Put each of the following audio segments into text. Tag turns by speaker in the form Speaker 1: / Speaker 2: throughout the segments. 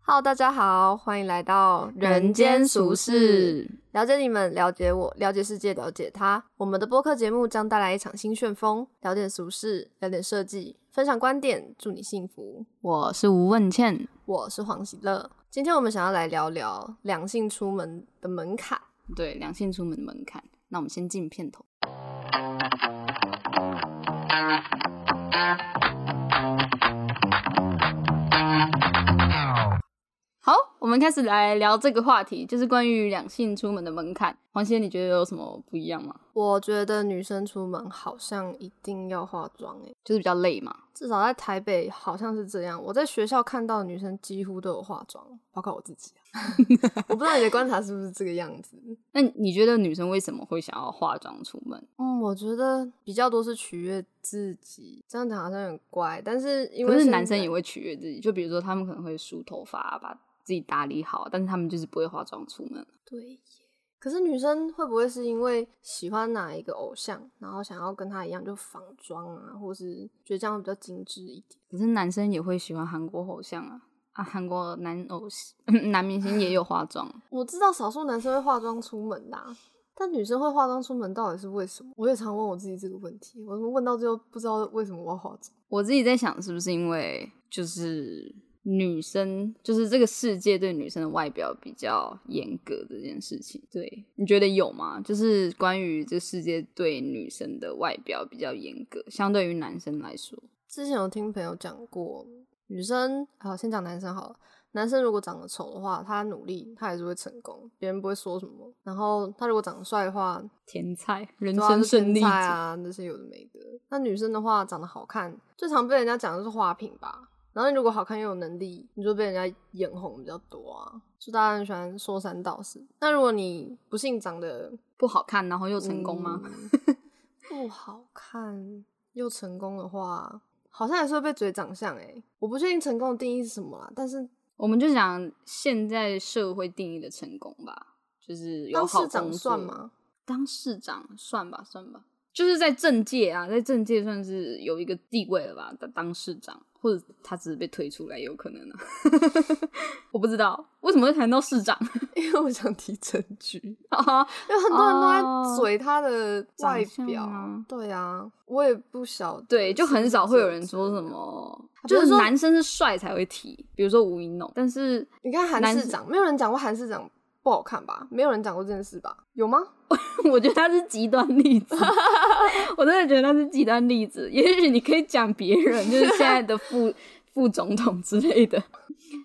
Speaker 1: Hello，大家好，欢迎来到
Speaker 2: 人间俗事，
Speaker 1: 了解你们，了解我，了解世界，了解他。我们的播客节目将带来一场新旋风，聊点俗事，聊点设计，分享观点，祝你幸福。
Speaker 2: 我是吴问倩，
Speaker 1: 我是黄喜乐，今天我们想要来聊聊两性出门的门槛。
Speaker 2: 对，两性出门的门槛。那我们先进片头。好，我们开始来聊这个话题，就是关于两性出门的门槛。黄先，你觉得有什么不一样吗？
Speaker 1: 我觉得女生出门好像一定要化妆诶、
Speaker 2: 就是比较累嘛。
Speaker 1: 至少在台北好像是这样。我在学校看到的女生几乎都有化妆，包括我自己、啊。 我不知道你的观察是不是这个样子。
Speaker 2: 那你觉得女生为什么会想要化妆出门？
Speaker 1: 嗯，我觉得比较多是取悦自己，这样讲好像很怪，但是因为
Speaker 2: 可是男生也会取悦自己，就比如说他们可能会梳头发，把自己打理好，但是他们就是不会化妆出门。
Speaker 1: 对耶。可是女生会不会是因为喜欢哪一个偶像，然后想要跟他一样就仿妆啊，或是觉得这样会比较精致一点？
Speaker 2: 可是男生也会喜欢韩国偶像啊啊，韩国男偶 男明星也有化妆。
Speaker 1: 我知道少数男生会化妆出门的啊、但女生会化妆出门到底是为什么？我也常问我自己这个问题，我怎么问到最后不知道为什么我要化妆？
Speaker 2: 我自己在想，是不是因为就是女生，就是这个世界对女生的外表比较严格这件事情？对，你觉得有吗？就是关于这世界对女生的外表比较严格，相对于男生来说，
Speaker 1: 之前有听朋友讲过，女生好先讲男生好了。男生如果长得丑的话，他努力他还是会成功，别人不会说什么。然后他如果长得帅的话，
Speaker 2: 天才人
Speaker 1: 对啊
Speaker 2: 生
Speaker 1: 就
Speaker 2: 胜利
Speaker 1: 天
Speaker 2: 者，
Speaker 1: 才啊，那些有的没的。那女生的话，长得好看，最常被人家讲的是花瓶吧。然后你如果好看又有能力，你就被人家眼红比较多啊，就大家很喜欢说三道四。那如果你不幸长得
Speaker 2: 不好看，然后又成功吗？
Speaker 1: 嗯 不好看又成功的话，好像还是会被嘴长相哎、我不确定成功的定义是什么啦，但是
Speaker 2: 我们就讲现在社会定义的成功吧，就是有
Speaker 1: 当
Speaker 2: 好
Speaker 1: 市长
Speaker 2: 工作
Speaker 1: 算吗？
Speaker 2: 当市长算吧，算吧，就是在政界啊，在政界算是有一个地位了吧。当当市长，或者他只是被推出来，也有可能啊。 我不知道为什么会谈到市长，
Speaker 1: 因为我想提证据。
Speaker 2: 啊
Speaker 1: 有很多人都
Speaker 2: 哦
Speaker 1: 在嘴他的外
Speaker 2: 长相
Speaker 1: 表，
Speaker 2: 吗
Speaker 1: 对啊，我也不晓得，
Speaker 2: 对，就是
Speaker 1: 不
Speaker 2: 很
Speaker 1: 是
Speaker 2: 少会有
Speaker 1: 真
Speaker 2: 人
Speaker 1: 的
Speaker 2: 说什。么，
Speaker 1: 啊
Speaker 2: 就
Speaker 1: 比
Speaker 2: 是
Speaker 1: 如说
Speaker 2: 男生是帅才会提，比如说吴一农，但是
Speaker 1: 你看韩
Speaker 2: 男
Speaker 1: 市长，没有人讲过韩市长不好看吧？没有人讲过这件事吧？有吗？
Speaker 2: 我觉得他是极端例子， 我真的觉得他是极端例子。也许你可以讲别人，就是现在的副副总统之类的，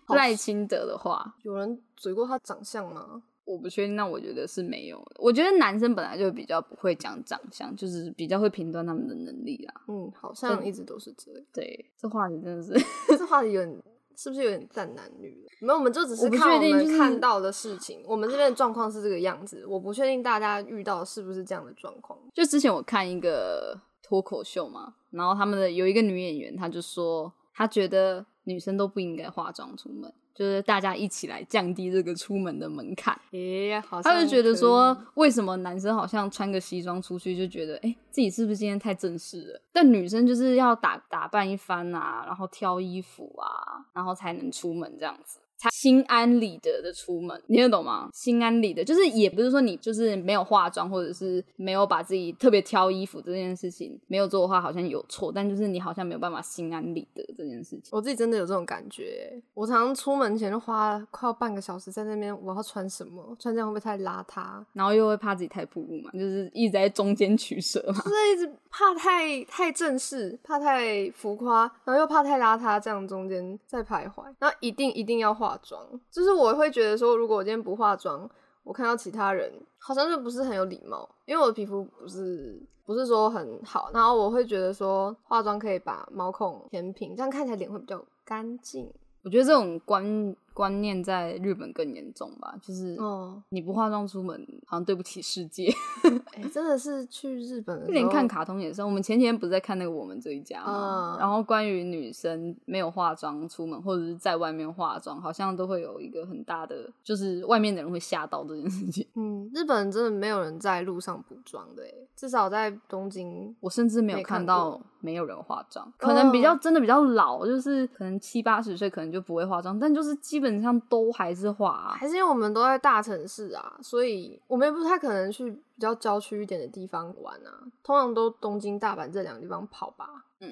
Speaker 2: 赖清德的话，
Speaker 1: 有人嘴过他长相吗？
Speaker 2: 我不确定。那我觉得是没有。我觉得男生本来就比较不会讲长相，就是比较会评断他们的能力啦。
Speaker 1: 嗯，好像
Speaker 2: 嗯
Speaker 1: 一直都是这样。
Speaker 2: 对，这话题真的是
Speaker 1: 这话题有点是不是有点淡男女了？没有，我们就只是
Speaker 2: 我不
Speaker 1: 看
Speaker 2: 确
Speaker 1: 我
Speaker 2: 定
Speaker 1: 们
Speaker 2: 就是
Speaker 1: 看到的事情，我们这边的状况是这个样子。我不确定大家遇到是不是这样的状况。
Speaker 2: 就之前我看一个脱口秀嘛，然后他们的有一个女演员，她就说她觉得女生都不应该化妆出门，就是大家一起来降低这个出门的门槛。
Speaker 1: 耶、好
Speaker 2: 她就觉得说，为什么男生好像穿个西装出去就觉得，哎、自己是不是今天太正式了？但女生就是要打打扮一番啊，然后挑衣服啊，然后才能出门这样子。才心安理得的出门，你听得懂吗？心安理得，就是也不是说你就是没有化妆，或者是没有把自己特别挑衣服这件事情没有做的话，好像有错，但就是你好像没有办法心安理得这件事情。
Speaker 1: 我自己真的有这种感觉耶、我常常出门前就花快要半个小时在那边，我要穿什么？穿这样会不会太邋遢？
Speaker 2: 然后又会怕自己太暴露嘛，就是一直在中间取舍嘛。
Speaker 1: 就是一直怕太太正式，怕太浮夸，然后又怕太邋遢，这样中间在徘徊。然后一定一定要化妆，就是我会觉得说，如果我今天不化妆，我看到其他人好像就不是很有礼貌，因为我的皮肤不是不是说很好，然后我会觉得说化妆可以把毛孔填平，这样看起来脸会比较干净。
Speaker 2: 我觉得这种观观念在日本更严重吧，就是
Speaker 1: 哦
Speaker 2: 你不化妆出门，好像对不起世界。
Speaker 1: 哎、真的是去日本的时候，
Speaker 2: 连看卡通也是，我们前几天不是在看那个《我们这一家》吗？
Speaker 1: 嗯
Speaker 2: 然后关于女生没有化妆出门，或者是在外面化妆，好像都会有一个很大的，就是外面的人会吓到这件事情。
Speaker 1: 嗯，日本真的没有人在路上补妆的耶，欸至少在东京
Speaker 2: 我甚至没有
Speaker 1: 没看嗯
Speaker 2: 看到没有人化妆，可能比较真的比较老，就是可能七八十岁可能就不会化妆，但就是基本上都还是画、啊。
Speaker 1: 还是因为我们都在大城市啊，所以我们也不太可能去比较郊区一点的地方玩啊，通常都东京、大阪这两个地方跑吧。
Speaker 2: 嗯，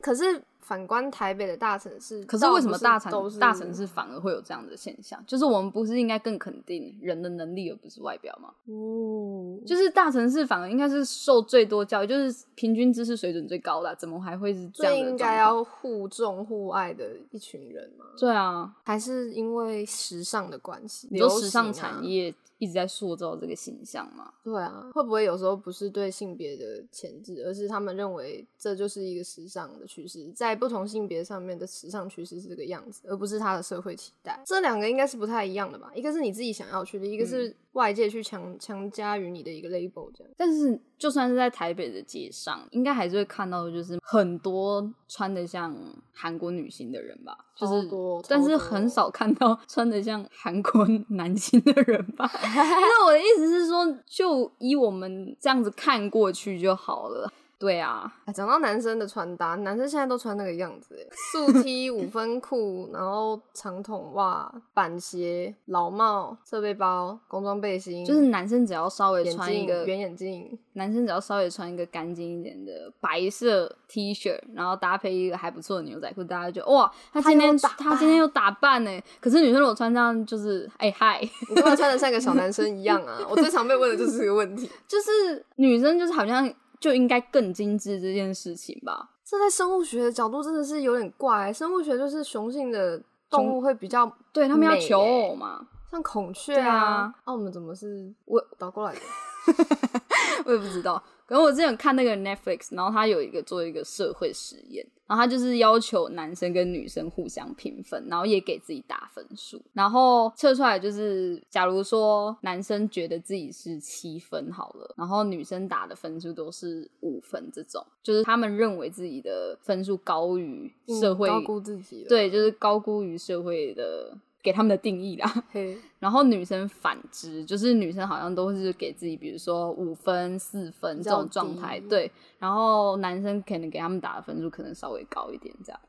Speaker 1: 可是反观台北的大城市，
Speaker 2: 可是为什么大
Speaker 1: 倒不是
Speaker 2: 城
Speaker 1: 都是
Speaker 2: 大城市反而会有这样的现象？就是我们不是应该更肯定人的能力，而不是外表吗？
Speaker 1: 哦，
Speaker 2: 就是大城市反而应该是受最多教育，就是平均知识水准最高的啊、怎么还会是这
Speaker 1: 最
Speaker 2: 样的
Speaker 1: 应
Speaker 2: 状况？
Speaker 1: 该要互重互爱的一群人嘛？
Speaker 2: 对啊，
Speaker 1: 还是因为时尚的关系，
Speaker 2: 你说
Speaker 1: 流
Speaker 2: 时尚
Speaker 1: 行啊
Speaker 2: 产业一直在塑造这个形象嘛？
Speaker 1: 对啊，会不会有时候不是对性别的潜质，而是他们认为这就是一个时尚的趋势，在不同性别上面的时尚趋势是这个样子，而不是他的社会期待。这两个应该是不太一样的吧？一个是你自己想要去的，一个
Speaker 2: 嗯
Speaker 1: 是外界去强强加于你的一个 label 这样。
Speaker 2: 但是就算是在台北的街上，应该还是会看到，就是很多穿的像韩国女星的人吧，就
Speaker 1: 超
Speaker 2: 是
Speaker 1: 多
Speaker 2: 但是
Speaker 1: 超多
Speaker 2: 很少看到 穿的像韩国男星的人 吧。那我的意思是说，就以我们这样子看过去就好了。对啊，
Speaker 1: 哎，讲到男生的穿搭，男生现在都穿那个样子欸，素 T 五分裤，然后长筒袜、板鞋、老帽、设备包、工装背心，
Speaker 2: 就是男生只要稍微
Speaker 1: 嗯眼
Speaker 2: 穿一
Speaker 1: 镜、
Speaker 2: 个
Speaker 1: 圆眼镜。
Speaker 2: 男生只要稍微穿一个干净一点的白色 T 恤，然后搭配一个还不错的牛仔裤，大家就觉得哇，他
Speaker 1: 他
Speaker 2: 今天
Speaker 1: 有打
Speaker 2: 他
Speaker 1: 扮
Speaker 2: 今天有打扮呢。可是女生如果穿这样，就是哎嗨，
Speaker 1: 你干嘛穿的像个小男生一样啊？我最常被问的就是这个问题。
Speaker 2: 就是女生就是好像就应该更精致这件事情吧。
Speaker 1: 这在生物学的角度真的是有点怪欸、生物学就是雄性的动物会比较
Speaker 2: 对他们要
Speaker 1: 美
Speaker 2: 求
Speaker 1: 欸
Speaker 2: 偶嘛，
Speaker 1: 像孔雀
Speaker 2: 对啊。
Speaker 1: 那、我们怎么是
Speaker 2: 我
Speaker 1: 倒过来的？
Speaker 2: 我也不知道。可能我之前有看那个 Netflix，然后他有一个做一个社会实验，然后他就是要求男生跟女生互相评分，然后也给自己打分数，然后测出来就是，假如说男生觉得自己是七分好了，然后女生打的分数都是五分，这种就是他们认为自己的分数高于
Speaker 1: 嗯
Speaker 2: 社会，
Speaker 1: 高估自己了。
Speaker 2: 对，就是高估于社会的给他们的定义啦。
Speaker 1: 嘿，
Speaker 2: 然后女生反之，就是女生好像都是给自己，比如说五分、四分
Speaker 1: 比
Speaker 2: 这
Speaker 1: 较
Speaker 2: 种状态，
Speaker 1: 低
Speaker 2: 对。然后男生可能给他们打的分数可能稍微高一点，这样。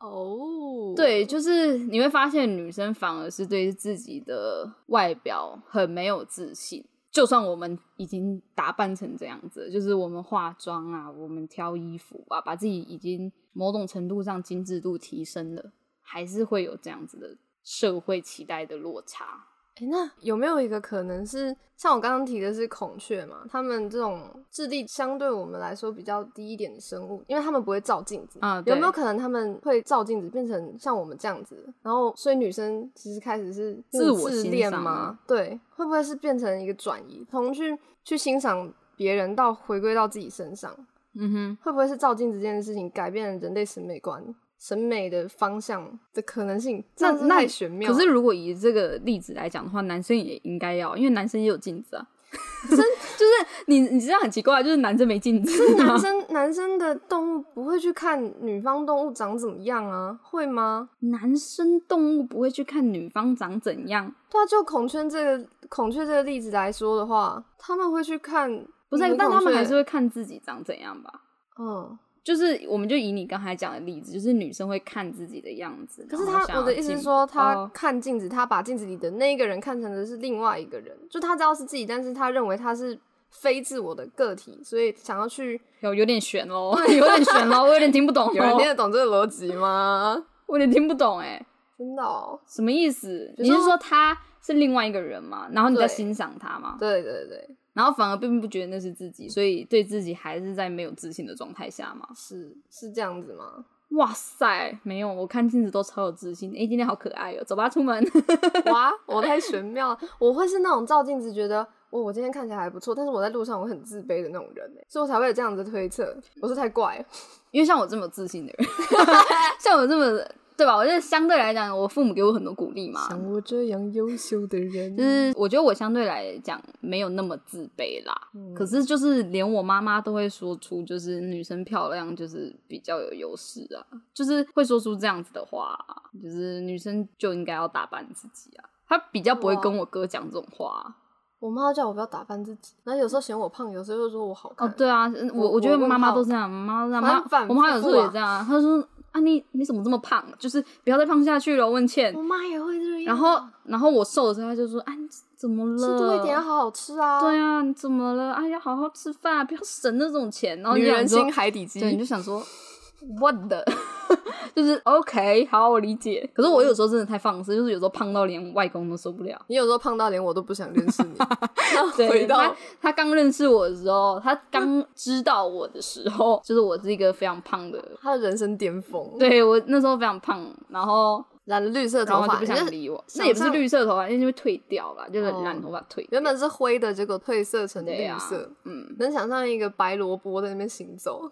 Speaker 1: 哦，
Speaker 2: 对，就是你会发现女生反而是对自己的外表很没有自信。就算我们已经打扮成这样子，就是我们化妆啊，我们挑衣服啊，把自己已经某种程度上精致度提升了，还是会有这样子的社会期待的落差。
Speaker 1: 诶那有没有一个可能是像我刚刚提的是孔雀嘛？它们这种智力相对我们来说比较低一点的生物，因为它们不会照镜子
Speaker 2: 啊
Speaker 1: 有没
Speaker 2: 对
Speaker 1: 有可能它们会照镜子变成像我们这样子？然后，所以女生其实开始是
Speaker 2: 自我
Speaker 1: 自
Speaker 2: 欣
Speaker 1: 恋
Speaker 2: 赏啊
Speaker 1: 吗
Speaker 2: 吗？
Speaker 1: 对，会不会是变成一个转移，从去去欣赏别人到回归到自己身上？
Speaker 2: 嗯哼，
Speaker 1: 会不会是照镜子这件事情改变了人类审美观、审美的方向的可能性？
Speaker 2: 那
Speaker 1: 真的是
Speaker 2: 那
Speaker 1: 太玄妙了。
Speaker 2: 可是如果以这个例子来讲的话，男生也应该要，因为男生也有镜子啊。 就是你你知道很奇怪，啊就是男生没镜子，
Speaker 1: 是男生男生的动物不会去看女方动物长怎么样啊？会吗？
Speaker 2: 男生动物不会去看女方长怎样，
Speaker 1: 对啊，就孔雀这个孔雀这个例子来说的话，他们会去看，
Speaker 2: 不是
Speaker 1: 母？
Speaker 2: 但他
Speaker 1: 孔
Speaker 2: 们
Speaker 1: 雀
Speaker 2: 还是会哦看自己长怎样吧。
Speaker 1: 嗯。
Speaker 2: 就是我们就以你刚才讲的例子，就是女生会看自己的样子。
Speaker 1: 可是
Speaker 2: 然后
Speaker 1: 他
Speaker 2: 想要
Speaker 1: 我的意思
Speaker 2: 进
Speaker 1: 是
Speaker 2: 步
Speaker 1: 说，他
Speaker 2: 哦
Speaker 1: 看镜子，他把镜子里的那一个人看成的是另外一个人，就他知道是自己，但是他认为他是非自我的个体，所以想要去。
Speaker 2: 有有点悬喽， 有点悬喽，我 有点哦听不懂咯，
Speaker 1: 有人听得懂这个逻辑吗？
Speaker 2: 我有点听不懂哎、
Speaker 1: 真的哦，
Speaker 2: 什么意思？
Speaker 1: 比如
Speaker 2: 你是
Speaker 1: 说
Speaker 2: 说他是另外一个人吗？然后你在
Speaker 1: 对
Speaker 2: 欣赏他吗？
Speaker 1: 对对对，
Speaker 2: 然后反而并不觉得那是自己，所以对自己还是在没有自信的状态下嘛。
Speaker 1: 是是这样子吗？
Speaker 2: 哇塞，没有，我看镜子都超有自信。诶，今天好可爱哦、走吧，出门。
Speaker 1: 哇，我太玄妙了！我会是那种照镜子觉得，我我今天看起来还不错，但是我在路上我很自卑的那种人欸所以我才会有这样子的推测。我是太怪了，
Speaker 2: 因为像我这么自信的人， 像我这么对吧？我觉得相对来讲，我父母给我很多鼓励嘛，
Speaker 1: 我这样优秀的人，
Speaker 2: 就是我觉得我相对来讲没有那么自卑啦。
Speaker 1: 嗯
Speaker 2: 可是就是连我妈妈都会说出，就是女生漂亮就是比较有优势啊，就是会说出这样子的话啊、就是女生就应该要打扮自己啊。她比较不会
Speaker 1: 哇
Speaker 2: 跟我哥讲这种话啊、
Speaker 1: 我妈叫我不要打扮自己，然后有时候嫌我胖，有时候又说我好看。
Speaker 2: 哦，对啊，嗯
Speaker 1: 我
Speaker 2: 我我觉得
Speaker 1: 我问
Speaker 2: 妈妈
Speaker 1: 号
Speaker 2: 都这样，妈妈都这样，
Speaker 1: 反
Speaker 2: 妈
Speaker 1: 反
Speaker 2: 我妈有时
Speaker 1: 复
Speaker 2: 候也
Speaker 1: 啊
Speaker 2: 这样，她说啊你你怎么这么胖，啊就是不要再胖下去了，问倩
Speaker 1: 我。妈也会这样。
Speaker 2: 然后然后我瘦的时候，她就说啊你怎么了？
Speaker 1: 吃多一点要好好吃啊。
Speaker 2: 对啊，你怎么了？哎呀，好好吃饭啊，不要省那种钱。然后
Speaker 1: 女
Speaker 2: 你就想
Speaker 1: 人
Speaker 2: 说
Speaker 1: 心海底鸡。
Speaker 2: 对，你就想说 what the，就是 OK，好，我理解。可是我有时候真的太放肆，就是有时候胖到连外公都受不了。
Speaker 1: 你有时候胖到连我都不想认识 你。然后
Speaker 2: 对
Speaker 1: 回
Speaker 2: 他
Speaker 1: 到，
Speaker 2: 他刚认识我的时候，他刚知道我的时候，就是我是一个非常胖的，
Speaker 1: 他的人生巅峰，
Speaker 2: 对我那时候非常胖，然后
Speaker 1: 染了绿色
Speaker 2: 然
Speaker 1: 头
Speaker 2: 后他
Speaker 1: 发，
Speaker 2: 就不
Speaker 1: 你
Speaker 2: 想
Speaker 1: 就
Speaker 2: 理我，
Speaker 1: 想
Speaker 2: 那也不是
Speaker 1: 象
Speaker 2: 绿色头发，因为就会退掉啦，就是
Speaker 1: 哦
Speaker 2: 染头发退掉。
Speaker 1: 原本是灰的，结果褪色成
Speaker 2: 对
Speaker 1: 绿
Speaker 2: 啊
Speaker 1: 色。
Speaker 2: 嗯，
Speaker 1: 能想象一个白萝卜在那边行走，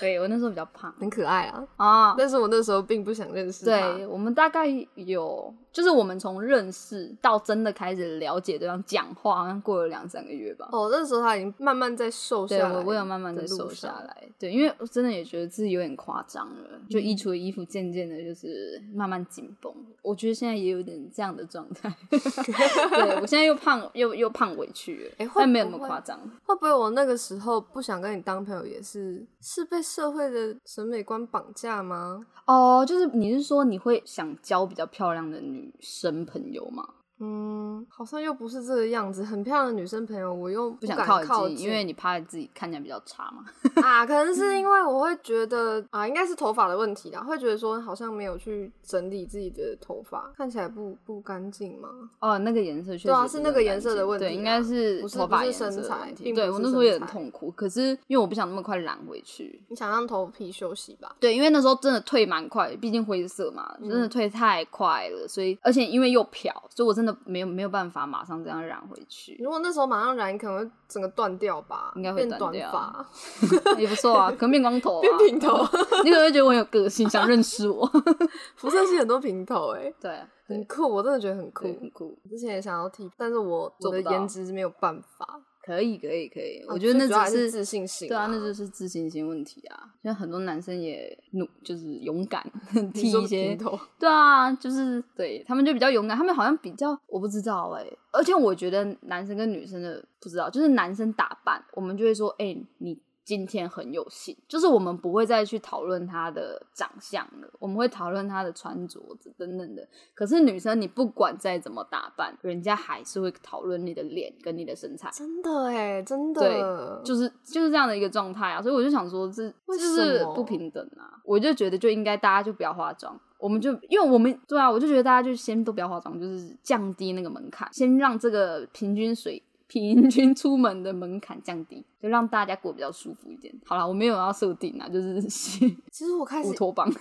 Speaker 2: 对我那时候比较胖哦
Speaker 1: 很可爱啊。
Speaker 2: 啊，
Speaker 1: 但是我那时候并不想认识他。
Speaker 2: 对我们大概有，就是我们从认识到真的开始了解对方讲话，好像过了两三个月吧。
Speaker 1: 哦，那时候他已经慢慢在瘦下
Speaker 2: 对，
Speaker 1: 来
Speaker 2: 我我有慢慢
Speaker 1: 的
Speaker 2: 的
Speaker 1: 路
Speaker 2: 瘦
Speaker 1: 上
Speaker 2: 下。来，对，因为我真的也觉得自己有点夸张了，就
Speaker 1: 嗯
Speaker 2: 衣橱的衣服渐渐的就是慢慢紧绷，我觉得现在也有点这样的状 态，对我现在又胖又又胖回去了，
Speaker 1: 诶会
Speaker 2: 但没有
Speaker 1: 不
Speaker 2: 那么
Speaker 1: 会
Speaker 2: 夸张，
Speaker 1: 会不会我那个时候不想跟你当朋友，也是是被社会的审美观绑架吗？
Speaker 2: 哦，就是你是说你会想交比较漂亮的女生朋友吗？
Speaker 1: 嗯，好像又不是这个样子。很漂亮的女生朋友，我又
Speaker 2: 不
Speaker 1: 不
Speaker 2: 想
Speaker 1: 敢
Speaker 2: 靠
Speaker 1: 靠
Speaker 2: 近，因为你怕自己看起来比较差嘛。
Speaker 1: 啊，可能是因为我会觉得啊，应该是头发的问题啦，会觉得说好像没有去整理自己的头发，看起来不不干净吗？
Speaker 2: 哦，那个颜色确实
Speaker 1: 对啊
Speaker 2: 不
Speaker 1: 是那个
Speaker 2: 很
Speaker 1: 颜色的
Speaker 2: 干净
Speaker 1: 问题
Speaker 2: 对，应
Speaker 1: 啊
Speaker 2: 该是
Speaker 1: 不是
Speaker 2: 头
Speaker 1: 不
Speaker 2: 发
Speaker 1: 是
Speaker 2: 颜色
Speaker 1: 身
Speaker 2: 的
Speaker 1: 材
Speaker 2: 问题。
Speaker 1: 并
Speaker 2: 对
Speaker 1: 不
Speaker 2: 我
Speaker 1: 是
Speaker 2: 那时
Speaker 1: 身
Speaker 2: 候也很
Speaker 1: 材
Speaker 2: 痛苦，可是因为我不想那么快染回去。
Speaker 1: 你想让头皮休息吧？
Speaker 2: 对，因为那时候真的退蛮快的，毕竟灰色嘛，真的
Speaker 1: 嗯
Speaker 2: 退太快了，所以而且因为又漂，所以我真的没有没有办法马上这样染回去，
Speaker 1: 如果那时候马上染，你可能会整个断掉吧，
Speaker 2: 应该会
Speaker 1: 变
Speaker 2: 断
Speaker 1: 短
Speaker 2: 掉
Speaker 1: 发、
Speaker 2: 也不错啊，可能变光头啊，
Speaker 1: 变平头，
Speaker 2: 你可能会觉得我很有个性，想认识我，
Speaker 1: 辐射系很多平头哎、
Speaker 2: 对，
Speaker 1: 很酷，我真的觉得很酷
Speaker 2: 对。很酷，
Speaker 1: 之前也想要剃，但是我我
Speaker 2: 做不
Speaker 1: 的
Speaker 2: 到
Speaker 1: 颜值没有办法。
Speaker 2: 可以可以可以，
Speaker 1: 啊
Speaker 2: 我觉得
Speaker 1: 最主要
Speaker 2: 那
Speaker 1: 还
Speaker 2: 只
Speaker 1: 是自信心
Speaker 2: 对啊
Speaker 1: 啊，
Speaker 2: 那就是自信心问题啊。现在很多男生也努就是勇敢剃
Speaker 1: 你说
Speaker 2: 一
Speaker 1: 平，
Speaker 2: 些
Speaker 1: 头，
Speaker 2: 对啊，就是对他们就比较勇敢，他们好像比较我不知道哎、而且我觉得男生跟女生的不知道，就是男生打扮，我们就会说哎、你。今天很有幸，就是我们不会再去讨论他的长相了，我们会讨论他的穿着等等的。可是女生，你不管再怎么打扮，人家还是会讨论你的脸跟你的身材。
Speaker 1: 真的哎、真
Speaker 2: 对
Speaker 1: 的，
Speaker 2: 就是就是这样的一个状态啊，所以我就想说这
Speaker 1: 为
Speaker 2: 这
Speaker 1: 什
Speaker 2: 是
Speaker 1: 么
Speaker 2: 不平等啊，我就觉得就应该大家就不要化妆，我们就因为我们对啊，我就觉得大家就先都不要化妆，就是降低那个门槛，先让这个平均水。平均出门的门槛降低，就让大家过比较舒服一点。好啦，我没有要设定啊，就是
Speaker 1: 其实我开始
Speaker 2: 乌托邦，
Speaker 1: 你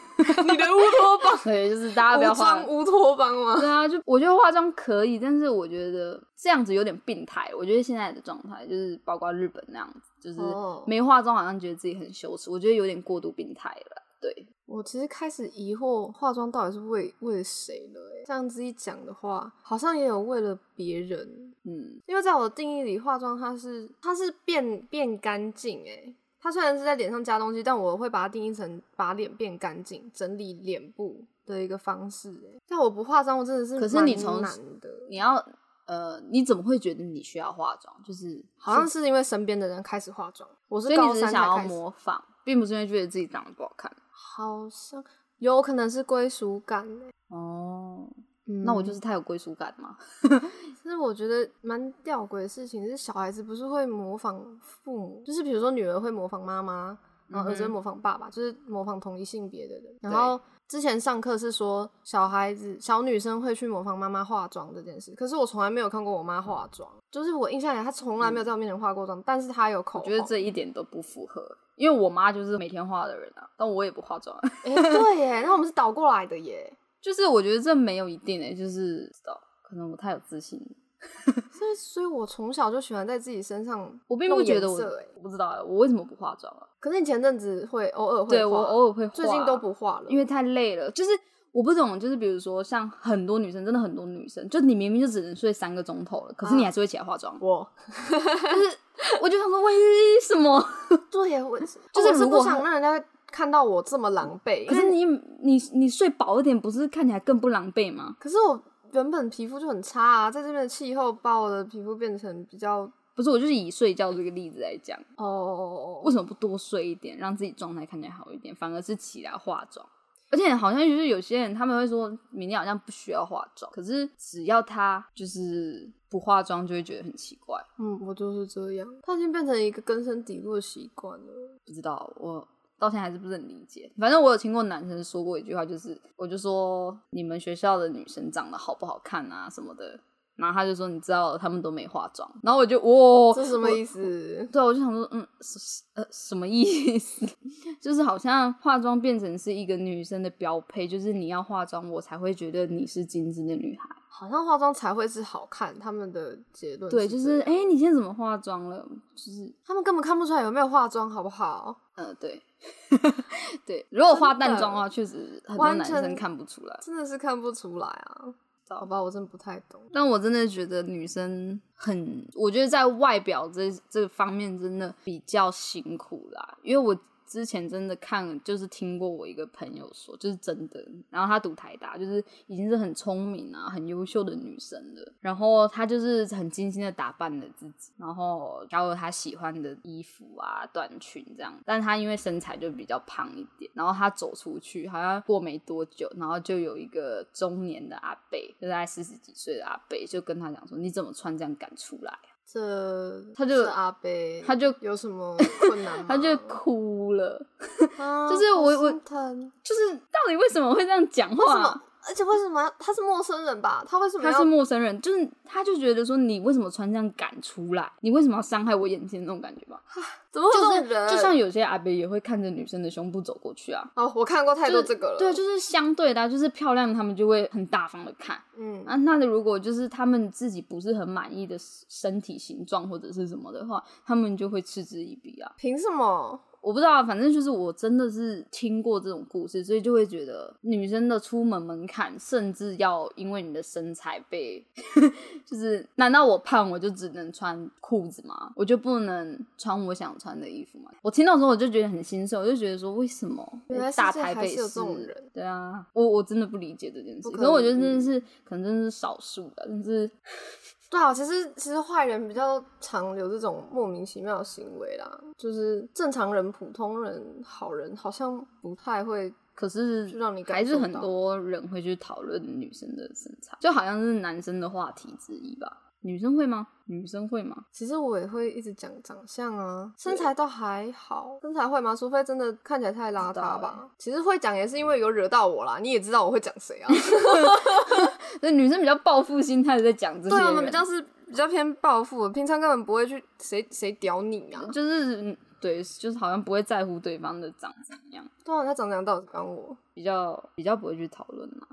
Speaker 1: 的乌托邦，
Speaker 2: 对，就是大家不要
Speaker 1: 无
Speaker 2: 化
Speaker 1: 妆乌托邦吗？
Speaker 2: 对啊，就我觉得化妆可以，但是我觉得这样子有点病态。我觉得现在的状态就是，包括日本那样子，就是
Speaker 1: 哦
Speaker 2: 没化妆好像觉得自己很羞耻，我觉得有点过度病态了。对，
Speaker 1: 我其实开始疑惑化妆到底是为为了谁了、欸？这样子一讲的话，好像也有为了别人，
Speaker 2: 嗯，
Speaker 1: 因为在我的定义里，化妆它是它是变变干净哎。它虽然是在脸上加东西，但我会把它定义成把脸变干净、整理脸部的一个方式、欸。但我不化妆，我真的是
Speaker 2: 可是你
Speaker 1: 蛮
Speaker 2: 从
Speaker 1: 难的，
Speaker 2: 你要呃，你怎么会觉得你需要化妆？就是
Speaker 1: 好像是因为身边的人开始化妆，我
Speaker 2: 所
Speaker 1: 是
Speaker 2: 以
Speaker 1: 高
Speaker 2: 你只是
Speaker 1: 三才
Speaker 2: 想要
Speaker 1: 开始
Speaker 2: 模仿，并不是因为觉得自己长得不好看。
Speaker 1: 好像有可能是归属感、欸。
Speaker 2: 哦，
Speaker 1: 嗯
Speaker 2: 那我就是太有归属感嘛。
Speaker 1: 其实我觉得蛮吊诡的事情是，小孩子不是会模仿父母，就是比如说女儿会模仿妈妈，然后儿子
Speaker 2: 嗯
Speaker 1: 会
Speaker 2: 哼
Speaker 1: 模仿爸爸，就是模仿同一性别的人。然后之前上课是说小孩子小女生会去模仿妈妈化妆这件事，可是我从来没有看过我妈化妆，就是我印象里她从来没有在我面前化过妆，但是她有口
Speaker 2: 嗯我
Speaker 1: 红。
Speaker 2: 觉得这一点都不符合，因为我妈就是每天化的人啊，但我也不化妆。
Speaker 1: 哎、对耶，那我们是倒过来的耶，
Speaker 2: 就是我觉得这没有一定诶、欸就是不知道，可能我太有自信了，
Speaker 1: 所以所以我从小就喜欢在自己身上，
Speaker 2: 我并不觉得我，
Speaker 1: 色哎。
Speaker 2: 我不知道、欸、我为什么不化妆啊？
Speaker 1: 可是你前阵子会偶尔会化，
Speaker 2: 对我偶尔会化，啊
Speaker 1: 最近都不化了，
Speaker 2: 因为太累了，就是。我不懂，就是比如说像很多女生，真的很多女生，就你明明就只能睡三个钟头了，可是你
Speaker 1: 啊
Speaker 2: 还是会起来化妆。
Speaker 1: 我
Speaker 2: 我就想说，为什么？
Speaker 1: 对耶，我就是我是
Speaker 2: 是嗯哦如果
Speaker 1: 不想让人家看到我这么狼狈。
Speaker 2: 可
Speaker 1: 因
Speaker 2: 是
Speaker 1: 为
Speaker 2: 你你你睡饱一点，不是看起来更不狼狈吗？
Speaker 1: 可是我原本皮肤就很差啊，在这边的气候把我的皮肤变成比较
Speaker 2: 不是，我就是以睡觉这个例子来讲，
Speaker 1: 哦
Speaker 2: 为，什么不多睡一点，让自己状态看起来好一点，反而是起来化妆。而且好像就是有些人他们会说，明天好像不需要化妆，可是只要他就是不化妆，就会觉得很奇怪。
Speaker 1: 嗯，我就是这样，它已经变成一个根深蒂固的习惯了。
Speaker 2: 不知道，我到现在还是不是很理解。反正我有听过男生说过一句话，就是我就说你们学校的女生长得好不好看啊什么的，然后他就说你知道他们都没化妆，然后我就哇，
Speaker 1: 这什么
Speaker 2: 我
Speaker 1: 意思？
Speaker 2: 对，我就想说，嗯，什什呃什么意思？ 就是好像化妆变成是一个女生的标配，就是你要化妆，我才会觉得你是精致的女孩。
Speaker 1: 好像化妆才会是好看，他们的结论
Speaker 2: 对，
Speaker 1: 这
Speaker 2: 就是
Speaker 1: 样
Speaker 2: 哎、诶你今天怎么化妆了？就是
Speaker 1: 他们根本看不出来有没有化妆，好不好？
Speaker 2: 呃， 对，对，如果化
Speaker 1: 真的
Speaker 2: 淡妆的话，确实很多
Speaker 1: 完
Speaker 2: 男
Speaker 1: 全
Speaker 2: 生看不出来。
Speaker 1: 真的是看不出来啊。好吧，我真的不太懂。
Speaker 2: 但我真的觉得女生很，我觉得在外表这这方面真的比较辛苦啦，因为我。之前真的看，就是听过我一个朋友说，就是真的。然后她读台大，就是已经是很聪明啊、很优秀的女生了。然后她就是很精心的打扮了自己，然后挑了她喜欢的衣服啊、短裙这样。但她因为身材就比较胖一点，然后她走出去，好像过没多久，然后就有一个中年的阿伯，就大概四十几岁的阿伯，就跟她讲说：“你怎么穿这样敢出来啊
Speaker 1: 这
Speaker 2: 他就是
Speaker 1: 阿贝，
Speaker 2: 他就
Speaker 1: 有什 么困难？”吗？
Speaker 2: 她就哭了，
Speaker 1: 啊
Speaker 2: 就是
Speaker 1: 好
Speaker 2: 我
Speaker 1: 心
Speaker 2: 我
Speaker 1: 疼
Speaker 2: 就是到底为什么会这样讲
Speaker 1: 为什
Speaker 2: 话
Speaker 1: 么？？而且为什么他是陌生人吧？他为什么
Speaker 2: 他
Speaker 1: 要
Speaker 2: 是陌生人，就是他就觉得说你为什么穿这样敢出来？你为什么要伤害我眼睛那种感觉吧？
Speaker 1: 怎么会有
Speaker 2: 就
Speaker 1: 这
Speaker 2: 是
Speaker 1: 种人？
Speaker 2: 就像有些阿伯也会看着女生的胸部走过去啊，
Speaker 1: 哦，我看过太
Speaker 2: 就
Speaker 1: 多
Speaker 2: 是
Speaker 1: 这个了。
Speaker 2: 对，就是相对的啊、就是漂亮，他们就会很大方的看。
Speaker 1: 嗯，
Speaker 2: 啊，那如果就是他们自己不是很满意的身体形状或者是什么的话，他们就会嗤之以鼻啊。
Speaker 1: 凭什么？
Speaker 2: 我不知道啊，反正就是我真的是听过这种故事，所以就会觉得女生的出门门槛，甚至要因为你的身材被， 就是难道我胖我就只能穿裤子吗？我就不能穿我想穿的衣服吗？我听到之后我就觉得很心碎，我就觉得说为什么
Speaker 1: 原来世界
Speaker 2: 大台
Speaker 1: 还
Speaker 2: 北
Speaker 1: 是有这种人？
Speaker 2: 对啊，我我真的不理解这件事，
Speaker 1: 不
Speaker 2: 可
Speaker 1: 可
Speaker 2: 是我觉得
Speaker 1: 理喻
Speaker 2: 真的是可能真的是少数的，但是
Speaker 1: 对啊，其实其实坏人比较常有这种莫名其妙的行为啦，就是正常人、普通人、好人好像不太会。
Speaker 2: 可是
Speaker 1: 就让你感
Speaker 2: 还是
Speaker 1: 受
Speaker 2: 很
Speaker 1: 到
Speaker 2: 多人会去讨论女生的身材，就好像是男生的话题之一吧。女生会吗？女生会吗？
Speaker 1: 其实我也会一直讲长相啊，身材倒还好，身材会吗？除非真的看起来太邋
Speaker 2: 不知道欸
Speaker 1: 遢吧。其实会讲也是因为有惹到我啦，你也知道我会讲谁啊。
Speaker 2: 那女生比较报复心态地在讲这些
Speaker 1: 对啊
Speaker 2: 人，
Speaker 1: 我们比较是比较偏报复，平常根本不会去谁谁屌你啊。
Speaker 2: 就是嗯对，就是好像不会在乎对方的长怎样，
Speaker 1: 通常他啊长这样到底刚我，
Speaker 2: 比较比较不会去讨论嘛。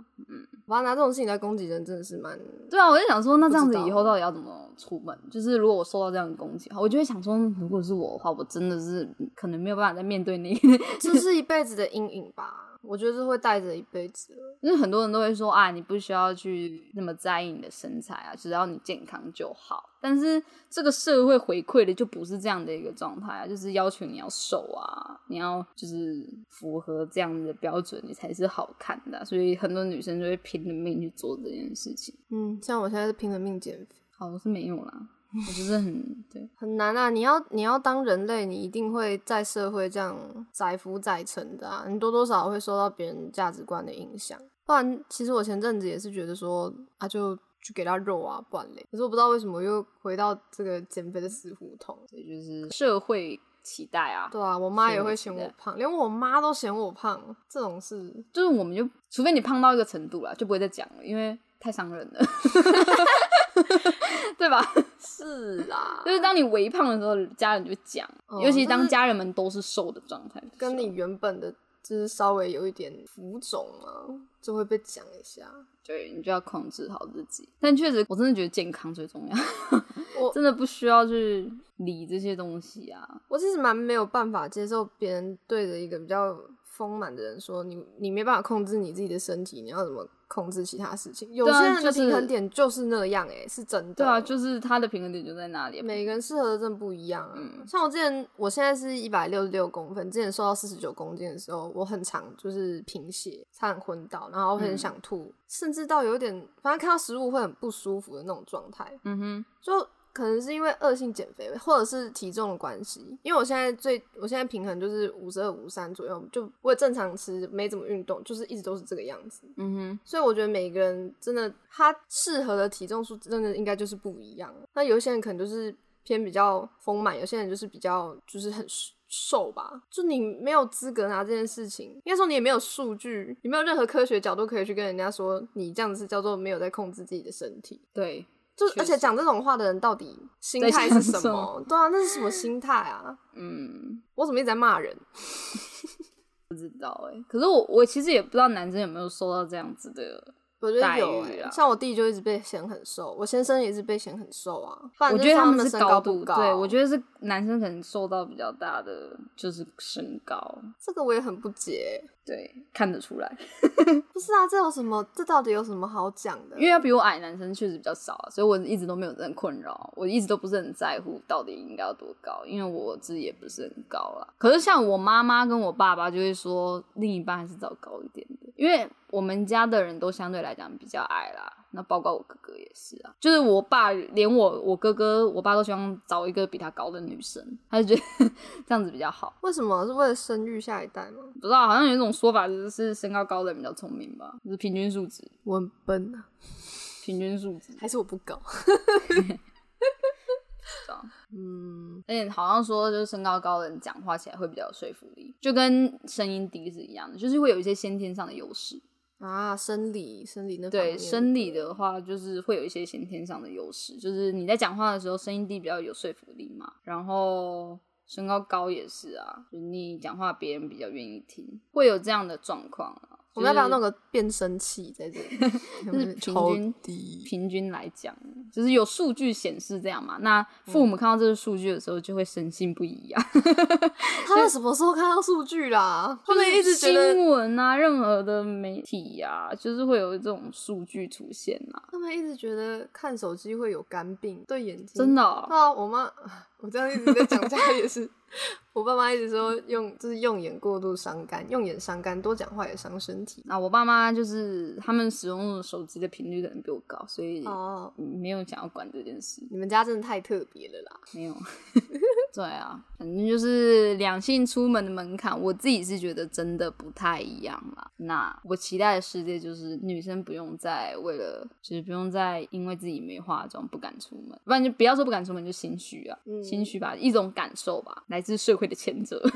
Speaker 1: 把他拿这种事情来攻击人，真的是蛮
Speaker 2: 对啊，我就想说，那这样
Speaker 1: 不
Speaker 2: 子
Speaker 1: 知道
Speaker 2: 以后到底要怎么出门？就是如果我受到这样的攻击的话，我就会想说，如果是我的话，我真的是可能没有办法再面对那个
Speaker 1: 这是一辈子的阴影吧？我觉得是会带着一辈子了。
Speaker 2: 因为很多人都会说啊，你不需要去那么在意你的身材啊，只要你健康就好。但是这个社会回馈的就不是这样的一个状态啊，就是要求你要瘦啊，你要就是符合这样的标准，你才是好看的啊、所以很多女生就会拼了命去做这件事情。
Speaker 1: 嗯，像我现在是拼了命减肥，
Speaker 2: 好，我是没有啦，我就是很对，
Speaker 1: 很难啊！你要你要当人类，你一定会在社会这样载浮载沉的啊，你多多少少会受到别人价值观的影响。不然，其实我前阵子也是觉得说，啊，就去给他肉啊，不然嘞。可是我不知道为什么又回到这个减肥的死胡同。
Speaker 2: 所以就是嗯社会期待啊，
Speaker 1: 对啊，我妈
Speaker 2: 羡
Speaker 1: 也
Speaker 2: 慕
Speaker 1: 会
Speaker 2: 期
Speaker 1: 嫌我
Speaker 2: 待
Speaker 1: 胖，连我妈都嫌我胖，这种事
Speaker 2: 就是我们就除非你胖到一个程度啦，就不会再讲了，因为太伤人了， 对吧？
Speaker 1: 是啦
Speaker 2: 就是当你微胖的时候，家人就讲，
Speaker 1: 哦
Speaker 2: 尤其
Speaker 1: 就
Speaker 2: 当
Speaker 1: 是
Speaker 2: 家人们都是瘦的状态的时 候，
Speaker 1: 跟你原本的就是稍微有一点浮肿啊，就会被讲一下。
Speaker 2: 对你就要控制好自己。但确实，我真的觉得健康最重要，
Speaker 1: 我
Speaker 2: 真的不需要去理这些东西啊。
Speaker 1: 我其实蛮没有办法接受别人对着一个比较丰满的人说你你没办法控制你自己的身体，你要怎么控制其他事情。有
Speaker 2: 对啊
Speaker 1: 些人的
Speaker 2: 就是
Speaker 1: 平衡点就是那样、欸，哎、是真的。
Speaker 2: 对啊，就是它的平衡点就在那里。啊
Speaker 1: 每个人适合的真的不一样啊。
Speaker 2: 嗯
Speaker 1: 像我之前，我现在是一百六十六公分，之前瘦到四十九公斤的时候，我很常就是贫血，差点昏倒，然后很想吐，甚至到有一点，反正看到食物会很不舒服的那种状态。
Speaker 2: 嗯哼，
Speaker 1: 就可能是因为恶性减肥或者是体重的关系，因为我现在最我现在平衡就是五十二五三左右，就我也正常吃，没怎么运动，就是一直都是这个样子。
Speaker 2: 嗯哼，
Speaker 1: 所以我觉得每个人真的他适合的体重数真的应该就是不一样。那有一些人可能就是偏比较丰满，有些人就是比较就是很瘦吧。就你没有资格拿这件事情，应该说你也没有数据，你没有任何科学角度可以去跟人家说你这样子是叫做没有在控制自己的身体。
Speaker 2: 对，
Speaker 1: 就
Speaker 2: 确
Speaker 1: 而且
Speaker 2: 实
Speaker 1: 讲这种话的人到底心
Speaker 2: 在
Speaker 1: 态
Speaker 2: 想
Speaker 1: 是什
Speaker 2: 什
Speaker 1: 么？对啊，那是什么心态啊？
Speaker 2: 嗯，
Speaker 1: 我怎么一直在骂人？
Speaker 2: 不知道哎、可是我我其实也不知道男生有没有受到这样子的，
Speaker 1: 我觉得
Speaker 2: 待
Speaker 1: 有、
Speaker 2: 遇
Speaker 1: 欸
Speaker 2: 啊，
Speaker 1: 像我弟就一直被嫌很瘦，我先生也一直被嫌很瘦啊。不然
Speaker 2: 我
Speaker 1: 就
Speaker 2: 觉得
Speaker 1: 他
Speaker 2: 们
Speaker 1: 的
Speaker 2: 是
Speaker 1: 身高
Speaker 2: 度，
Speaker 1: 不高。
Speaker 2: 对我
Speaker 1: 得
Speaker 2: 觉得是男生可能受到比较大的就是身高，
Speaker 1: 这个我也很不解、欸
Speaker 2: 对，看得出来，
Speaker 1: 不是啊，这有什么？这到底有什么好讲的？
Speaker 2: 因为要比我矮男生确实比较少、啊，所以我一直都没有这样困扰，我一直都不是很在乎到底应该要多高，因为我自己也不是很高啦。可是像我妈妈跟我爸爸就会说，另一半还是找高一点的，因为我们家的人都相对来讲比较矮啦，那包括我哥哥也是啊，就是我爸连我我哥哥我爸都希望找一个比他高的女生，他就觉得 这样子比较好。
Speaker 1: 为什么是为了生育下一代吗？
Speaker 2: 不知道，好像有一种说法，就是身高高的人比较聪明吧，就是平均数值，
Speaker 1: 我很笨啊，
Speaker 2: 平均数值。
Speaker 1: 还是我不 高？嗯
Speaker 2: 而且好像说，就是身高高的人讲话起来会比较有说服力，就跟声音低是一样的，就是会有一些先天上的优势。
Speaker 1: 啊，生理生理那方
Speaker 2: 对，
Speaker 1: 面
Speaker 2: 生理的话就是会有一些先天上的优势，就是你在讲话的时候声音低比较有说服力嘛，然后身高高也是啊，就是你讲话别人比较愿意听，会有这样的状况啊。
Speaker 1: 我们要不要
Speaker 2: 就
Speaker 1: 弄
Speaker 2: 是
Speaker 1: 个变声器在 这里？
Speaker 2: 就是平
Speaker 1: 超
Speaker 2: 均
Speaker 1: 低
Speaker 2: 平均来讲，就是有数据显示这样嘛。那父
Speaker 1: 嗯
Speaker 2: 母看到这个数据的时候，就会深信不疑啊。
Speaker 1: 他们什么时候看到数据啦？他们一直觉
Speaker 2: 就是
Speaker 1: 得，
Speaker 2: 新闻啊，任何的媒体啊，就是会有这种数据出现啊，
Speaker 1: 他们一直觉得看手机会有肝病，对眼睛
Speaker 2: 真的
Speaker 1: 对
Speaker 2: 哦、
Speaker 1: 啊，我妈，我这样一直在讲，她也是， 我爸妈一直说用就是用眼过度伤肝，用眼伤肝，多讲话也伤身体。
Speaker 2: 那我爸妈就是他们使用手机的频率可能比我高，所以
Speaker 1: 哦，
Speaker 2: 没有想要管这件事，
Speaker 1: 你们家真的太特别了啦！
Speaker 2: 没有。对啊，反正就是两性出门的门槛，我自己是觉得真的不太一样啦。那我期待的世界就是女生不用再为了，就是不用再因为自己没化妆不敢出门，不然就不要说不敢出门，就心虚啊，
Speaker 1: 嗯
Speaker 2: 心虚吧，一种感受吧，来自社会的 谴责，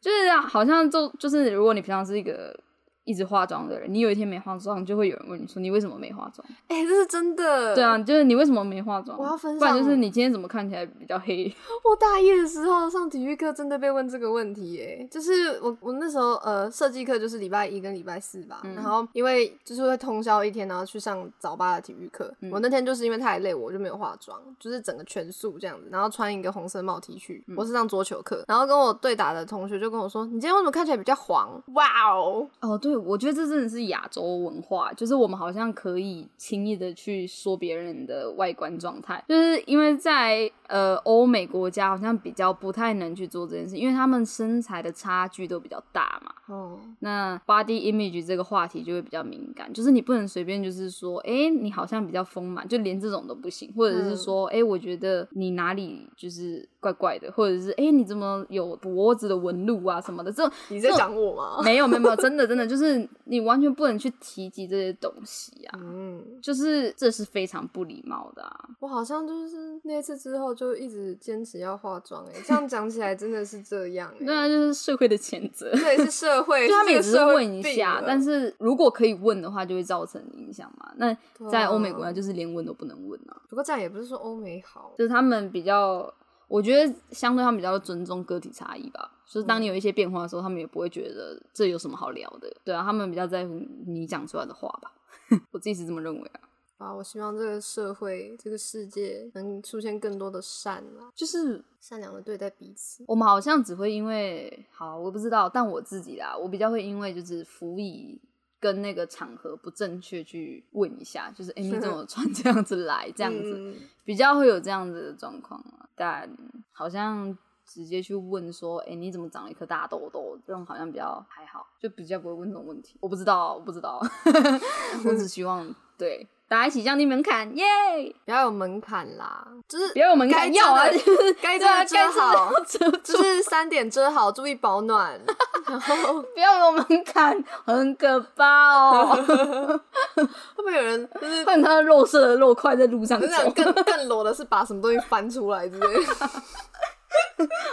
Speaker 2: 就是好像就就是如果你平常是一个。一直化妆的人，你有一天没化妆，就会有人问你说你为什么没化妆？
Speaker 1: 哎、这是真的。
Speaker 2: 对啊，，就是你为什么没化妆？
Speaker 1: 我要分
Speaker 2: 不然就是
Speaker 1: 享
Speaker 2: 你今天怎么看起来比较黑？
Speaker 1: 我大一的时候上体育课真的被问这个问题、耶，就是我我那时候呃设计课就是礼拜一跟礼拜四吧，
Speaker 2: 嗯
Speaker 1: 然后因为就是会通宵一天，然后去上早八的体育课。
Speaker 2: 嗯
Speaker 1: 我那天就是因为太累，我就没有化妆，就是整个全素这样子，然后穿一个红色帽 T 恤。
Speaker 2: 嗯
Speaker 1: 我是上桌球课，然后跟我对打的同学就跟我说：“你今天为什么看起来比较黄？”哇哦，
Speaker 2: 哦，对，我觉得这真的是亚洲文化，就是我们好像可以轻易的去说别人的外观状态，就是因为在呃欧美国家好像比较不太能去做这件事，因为他们身材的差距都比较大嘛。
Speaker 1: 哦，
Speaker 2: 那 body image 这个话题就会比较敏感，就是你不能随便就是说，哎、你好像比较丰满，就连这种都不行，或者是说，哎、我觉得你哪里就是怪怪的，或者是哎、诶你怎么有脖子的纹路啊什么的，这种
Speaker 1: 你在讲我吗？
Speaker 2: 没有没有没有，真的真的就是你完全不能去提及这些东西啊，
Speaker 1: 嗯，
Speaker 2: 就是这是非常不礼貌的啊。
Speaker 1: 我好像就是那次之后就一直坚持要化妆哎、这样讲起来真的是这样哎、
Speaker 2: 对啊，就是社会的谴责。
Speaker 1: 这也是社会，
Speaker 2: 就他们也只是问一
Speaker 1: 是这个社会病
Speaker 2: 下
Speaker 1: 了，
Speaker 2: 但是如果可以问的话，就会造成影响嘛。那
Speaker 1: 对啊
Speaker 2: 在欧美国家，就是连问都不能问啊，
Speaker 1: 不过这样也不是说欧美好，
Speaker 2: 就是他们比较，我觉得相对他们比较尊重个体差异吧。就是当你有一些变化的时候，他们也不会觉得这有什么好聊的。对啊，他们比较在乎你讲出来的话吧。 我自己是这么认为啊。
Speaker 1: 啊，我希望这个社会、这个世界能出现更多的善啦，
Speaker 2: 就是
Speaker 1: 善良的对待彼此。
Speaker 2: 我们好像只会因为好，我不知道，但我自己啦，我比较会因为就是辅以跟那个场合不正确去问一下，就是哎、诶你怎么穿这样子来？这样子、
Speaker 1: 嗯
Speaker 2: 比较会有这样子的状况啊。但好像直接去问说，哎、你怎么长了一颗大痘痘？这种好像比较还好，就比较不会问这种问题。我不知道，我不知道， 我只希望对大家一起降低门槛，耶、
Speaker 1: 不要有门槛啦，就是
Speaker 2: 不要有门
Speaker 1: 该
Speaker 2: 槛，
Speaker 1: 遮
Speaker 2: 要啊，
Speaker 1: 的
Speaker 2: 就是
Speaker 1: 该遮
Speaker 2: 对啊
Speaker 1: 的遮
Speaker 2: 该遮
Speaker 1: 好，
Speaker 2: 遮住
Speaker 1: 就是三点遮好，注意保暖。 然后
Speaker 2: 不要有门槛，很可 怕哦。
Speaker 1: 会不会有人 就是
Speaker 2: 看他的肉色的肉块在路上
Speaker 1: 我
Speaker 2: 走
Speaker 1: 跟你，讲更更裸的是把什么东西翻出来之类 的？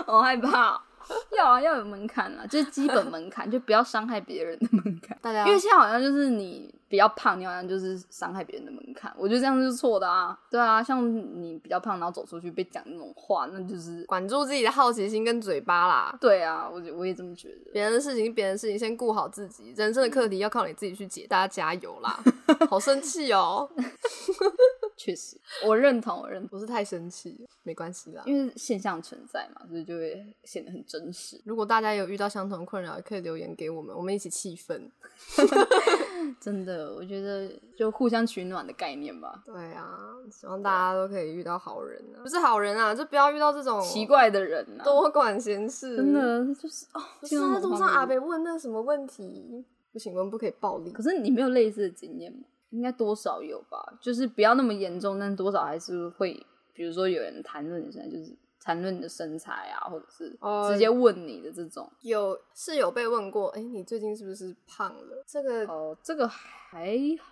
Speaker 2: 好害怕。 要啊，要有门槛啊，就是基本门槛，就不要伤害别人的门槛。
Speaker 1: 大家
Speaker 2: 因为现在好像就是你比较胖，你好像就是伤害别人的门槛，我觉得这样就是错的啊。对啊，像你比较胖，然后走出去被讲那种话，那就是
Speaker 1: 管住自己的好奇心跟嘴巴啦。
Speaker 2: 对啊，我觉我也这么觉得。
Speaker 1: 别人的事情，别人的事情，先顾好自己。人生的课题要靠你自己去解，大家加油 啦！好生气哦，
Speaker 2: 确实，我认同，我认同，
Speaker 1: 不是太生气，没关系啦。
Speaker 2: 因为现象存在嘛，所以就会显得很真实。
Speaker 1: 如果大家有遇到相同的困扰，也可以留言给我们，我们一起气愤。
Speaker 2: 真的，我觉得就互相取暖的概念吧。
Speaker 1: 对啊，希望大家都可以遇到好人啊，不是好人啊，就不要遇到这种
Speaker 2: 奇怪的人呐、
Speaker 1: 多管闲事。
Speaker 2: 真，的就是哦，
Speaker 1: 不是
Speaker 2: 听到
Speaker 1: 啊
Speaker 2: 很
Speaker 1: 路
Speaker 2: 荒
Speaker 1: 上
Speaker 2: 谬
Speaker 1: 阿北问那什么问题，不行，我们不可以暴力
Speaker 2: 可。是你没有类似的经验吗？应该多少有吧，就是不要那么严重，但多少还是会，比如说有人谈论你现在就是谈论你的身材啊，或者是
Speaker 1: 哦
Speaker 2: 直接问你的这种。
Speaker 1: 有是有被问过，哎、你最近是不是胖了？这个
Speaker 2: 哦、这个还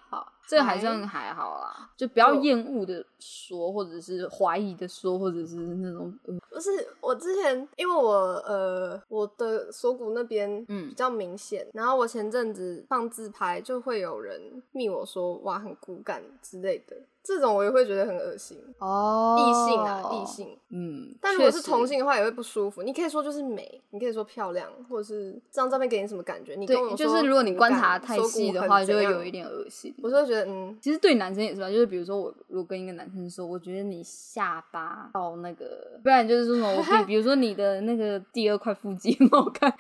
Speaker 2: 好，这个还算还好啦，就不要
Speaker 1: 就
Speaker 2: 厌恶的说，或者是怀疑的说，或者是那种嗯
Speaker 1: 不是我之前，因为我呃我的锁骨那边
Speaker 2: 嗯
Speaker 1: 比较明显，然后我前阵子放自拍就会有人密我说哇很骨感之类的，这种我也会觉得很恶心。
Speaker 2: 哦
Speaker 1: 异性啊，异，性。
Speaker 2: 嗯，
Speaker 1: 但如果是
Speaker 2: 确实
Speaker 1: 同性的话，也会不舒服。你可以说就是美，你可以说漂亮，或者是这张照片给你什么感觉？你跟我
Speaker 2: 对，
Speaker 1: 说
Speaker 2: 就是如果你观察太细的话，
Speaker 1: 你感
Speaker 2: 就
Speaker 1: 锁骨很怎
Speaker 2: 会
Speaker 1: 样
Speaker 2: 有一，点恶心。
Speaker 1: 我就会觉得嗯，
Speaker 2: 其实对男生也是吧，就是比如说我，如果跟一个男生说，我觉得你下巴到那个，不然就是说什么，我 比比如说你的那个第二块腹肌 很好看，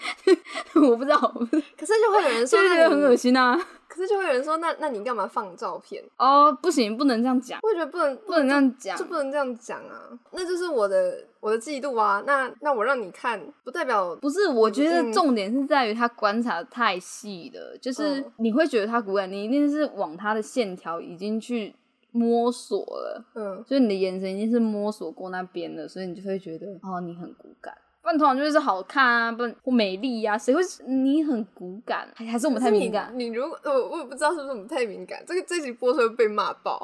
Speaker 2: 我不知道， 我不知道
Speaker 1: 可是就会有 人
Speaker 2: 就
Speaker 1: 说
Speaker 2: 是觉得
Speaker 1: 那
Speaker 2: 很恶
Speaker 1: 你，
Speaker 2: 心啊。
Speaker 1: 可是就会有人说那那你干嘛放照片？
Speaker 2: 哦，不行，不能这样讲，
Speaker 1: 我也觉得不能
Speaker 2: 不能这样讲
Speaker 1: 就，不能这样讲啊，那就是我的我的嫉妒啊。那那我让你看，不代表
Speaker 2: 不是，我觉
Speaker 1: 嗯
Speaker 2: 得重点是在于他观察太细了，就是
Speaker 1: 嗯
Speaker 2: 你会觉得他骨感，你一定是往他的线条已经去摸索了。
Speaker 1: 嗯，
Speaker 2: 就是你的眼神已经是摸索过那边了，所以你就会觉得哦，你很骨感。不然通常就是好看啊，不然或美丽呀、啊，谁会你很骨感？还还是我们太敏感？
Speaker 1: 可是你你如果呃我我也不知道是不是我们太敏感，这个这集播出来会被骂 爆，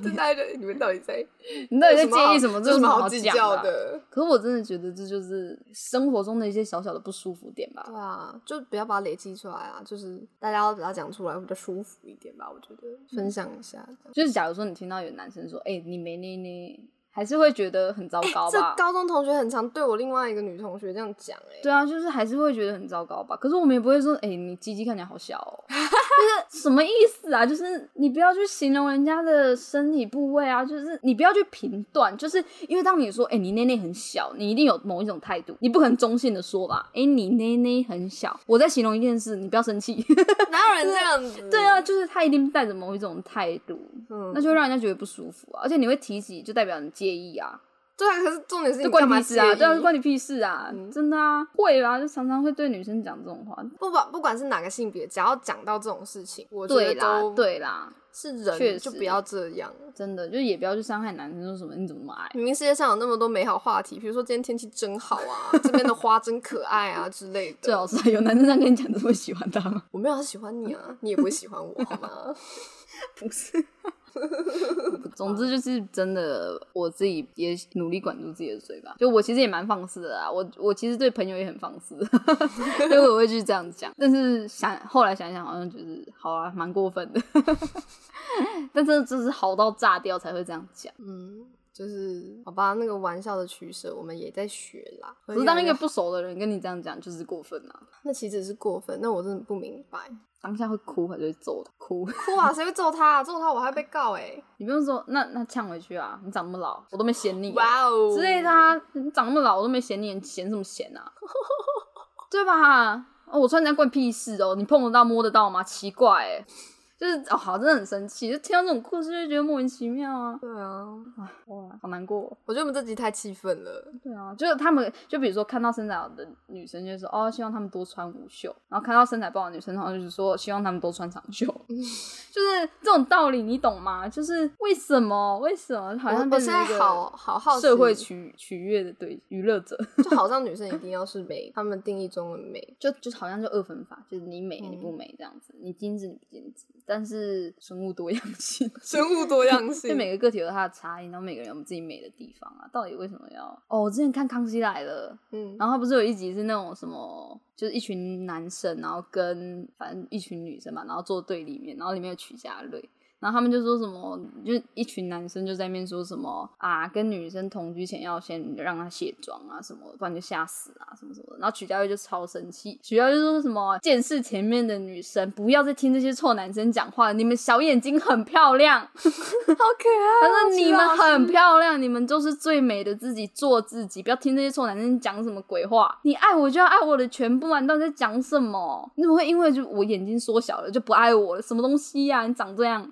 Speaker 1: 就大家觉得你 们到底在
Speaker 2: 你到底在
Speaker 1: 有好
Speaker 2: 介意什么？这
Speaker 1: 有什
Speaker 2: 有什
Speaker 1: 么
Speaker 2: 么
Speaker 1: 好
Speaker 2: 好
Speaker 1: 计
Speaker 2: 讲
Speaker 1: 较
Speaker 2: 啊？
Speaker 1: 的？
Speaker 2: 可是我真的觉得这就是生活中的一些小小的不舒服点吧
Speaker 1: 对。啊，就不要把它累积出来啊，就是大家要把它讲出来会比较舒服一点吧，我觉得分享一下这样。
Speaker 2: 就是假如说你听到有男生说：“哎、你没捏捏”，还是会觉得很糟糕
Speaker 1: 这
Speaker 2: 吧？
Speaker 1: 高中同学很常对我另外一个女同学这样讲、欸，
Speaker 2: 对啊，就是还是会觉得很糟糕吧。可是我们也不会说，哎、你鸡鸡看起来好小哦， 就是什么意思啊？就是你不要去形容人家的身体部位啊，就是你不要去评断，就是因为当你说，哎、你内内很小，你一定有某一种态度，你不可能中性的说吧，哎、你内内很小。我在形容一件事，你不要生气。
Speaker 1: 哪有人这样子？
Speaker 2: 对啊，就是他一定带着某一种态度，
Speaker 1: 嗯，
Speaker 2: 那就会让人家觉得不舒服啊，而且你会提起，就代表你介意啊。
Speaker 1: 对啊，可是重点是
Speaker 2: 这
Speaker 1: 你
Speaker 2: 关
Speaker 1: 干
Speaker 2: 你
Speaker 1: 嘛
Speaker 2: 屁事啊！
Speaker 1: 介
Speaker 2: 对
Speaker 1: 意嗯
Speaker 2: 啊，这关你屁事啊！真的啊，会啊，就常常会对女生讲这种话。
Speaker 1: 不管不管是哪个性别，只要讲到这种事情，我觉
Speaker 2: 对
Speaker 1: 得
Speaker 2: 啦
Speaker 1: 都，
Speaker 2: 对啦，
Speaker 1: 是
Speaker 2: 确
Speaker 1: 人
Speaker 2: 实
Speaker 1: 就不要这样。
Speaker 2: 真的就也不要去伤害男生，说什么你怎么那么矮？
Speaker 1: 明明世界上有那么多美好话题，比如说今天天气真好啊，这边的花真可爱啊之类
Speaker 2: 最
Speaker 1: 的。
Speaker 2: 好是有男生这样跟你讲，你会喜 欢他吗？
Speaker 1: 我没有很喜欢你啊，你也不会喜欢我好 吗？
Speaker 2: 总之就是真的，我自己也努力管住自己的嘴巴。就我其实也蛮放肆的啊，我我其实对朋友也很放肆， 所以我会去这样讲。但是想后来想一想，好像就是好啊，蛮过分的。 但这这是好到炸掉才会这样讲。
Speaker 1: 嗯，就是好吧，那个玩笑的取舍，我们也在学啦。
Speaker 2: 可是当一个不熟的人跟你这样讲，就是过分啊！
Speaker 1: 那岂止是过分，那我真的不明白。
Speaker 2: 当下会哭还是会揍他？哭，
Speaker 1: 哭啊，谁会揍他、啊？揍他我还被告哎、
Speaker 2: 你不用说，那那呛回去啊！你长那么老，我都没嫌你、
Speaker 1: 哇哦
Speaker 2: 之类的啊！你长那么老，我都没嫌你，你嫌什么嫌啊？对吧？哦，我穿人家关你屁事哦，你碰得到摸得到吗？奇怪哎、就是哦，好，真的很生气，就听到这种故事就觉得莫名其妙啊，
Speaker 1: 对啊，
Speaker 2: 哇，好难过哦、
Speaker 1: 我觉得我们这集太气愤了。
Speaker 2: 对啊，就是他们，就比如说看到身材好的女生，就会说哦，希望她们多穿无袖；然后看到身材不好的女生，好像就是说希望她们多穿长袖，
Speaker 1: 嗯
Speaker 2: 就是这种道理，你懂吗？就是为什么？为什么好
Speaker 1: 我
Speaker 2: 像
Speaker 1: 我
Speaker 2: 变
Speaker 1: 现在
Speaker 2: 成一个
Speaker 1: 好好好奇
Speaker 2: 社会取取悦的对娱乐者，
Speaker 1: 就好像女生一定要是美，她们定义中的美。
Speaker 2: 就就好像就二分法，就是你美你不
Speaker 1: 嗯
Speaker 2: 美这样子，你精致你不精致，但是生物多样性，
Speaker 1: 生物多样性
Speaker 2: 就每个个体有它的差异，然后每个人有自己美的地方啊，到底为什么要？哦，我之前看《康熙来了》。
Speaker 1: 嗯，
Speaker 2: 然后他不是有一集是那种什么，就是一群男生，然后跟反正一群女生嘛，然后坐对立面，然后里面有曲家瑞，然后他们就说什么，就是一群男生就在那边说什么啊，跟女生同居前要先让她卸妆啊什么，不然就吓死啊什么什么的。然后曲家瑞就超生气，曲家瑞就说什么见识前面的女生，不要再听这些臭男生讲话了，你们小眼睛很漂亮。
Speaker 1: 好可爱
Speaker 2: 他
Speaker 1: 哦。
Speaker 2: 说：“
Speaker 1: 齐
Speaker 2: 你们
Speaker 1: 老师
Speaker 2: 很漂亮，你们就是最美的自己，做自己，不要听这些臭男生讲什么鬼话。你爱我就要爱我的全部啊！你到底在讲什么？你怎么会因为就啊我眼睛缩小了就不爱我了？什么东西呀、你长这样，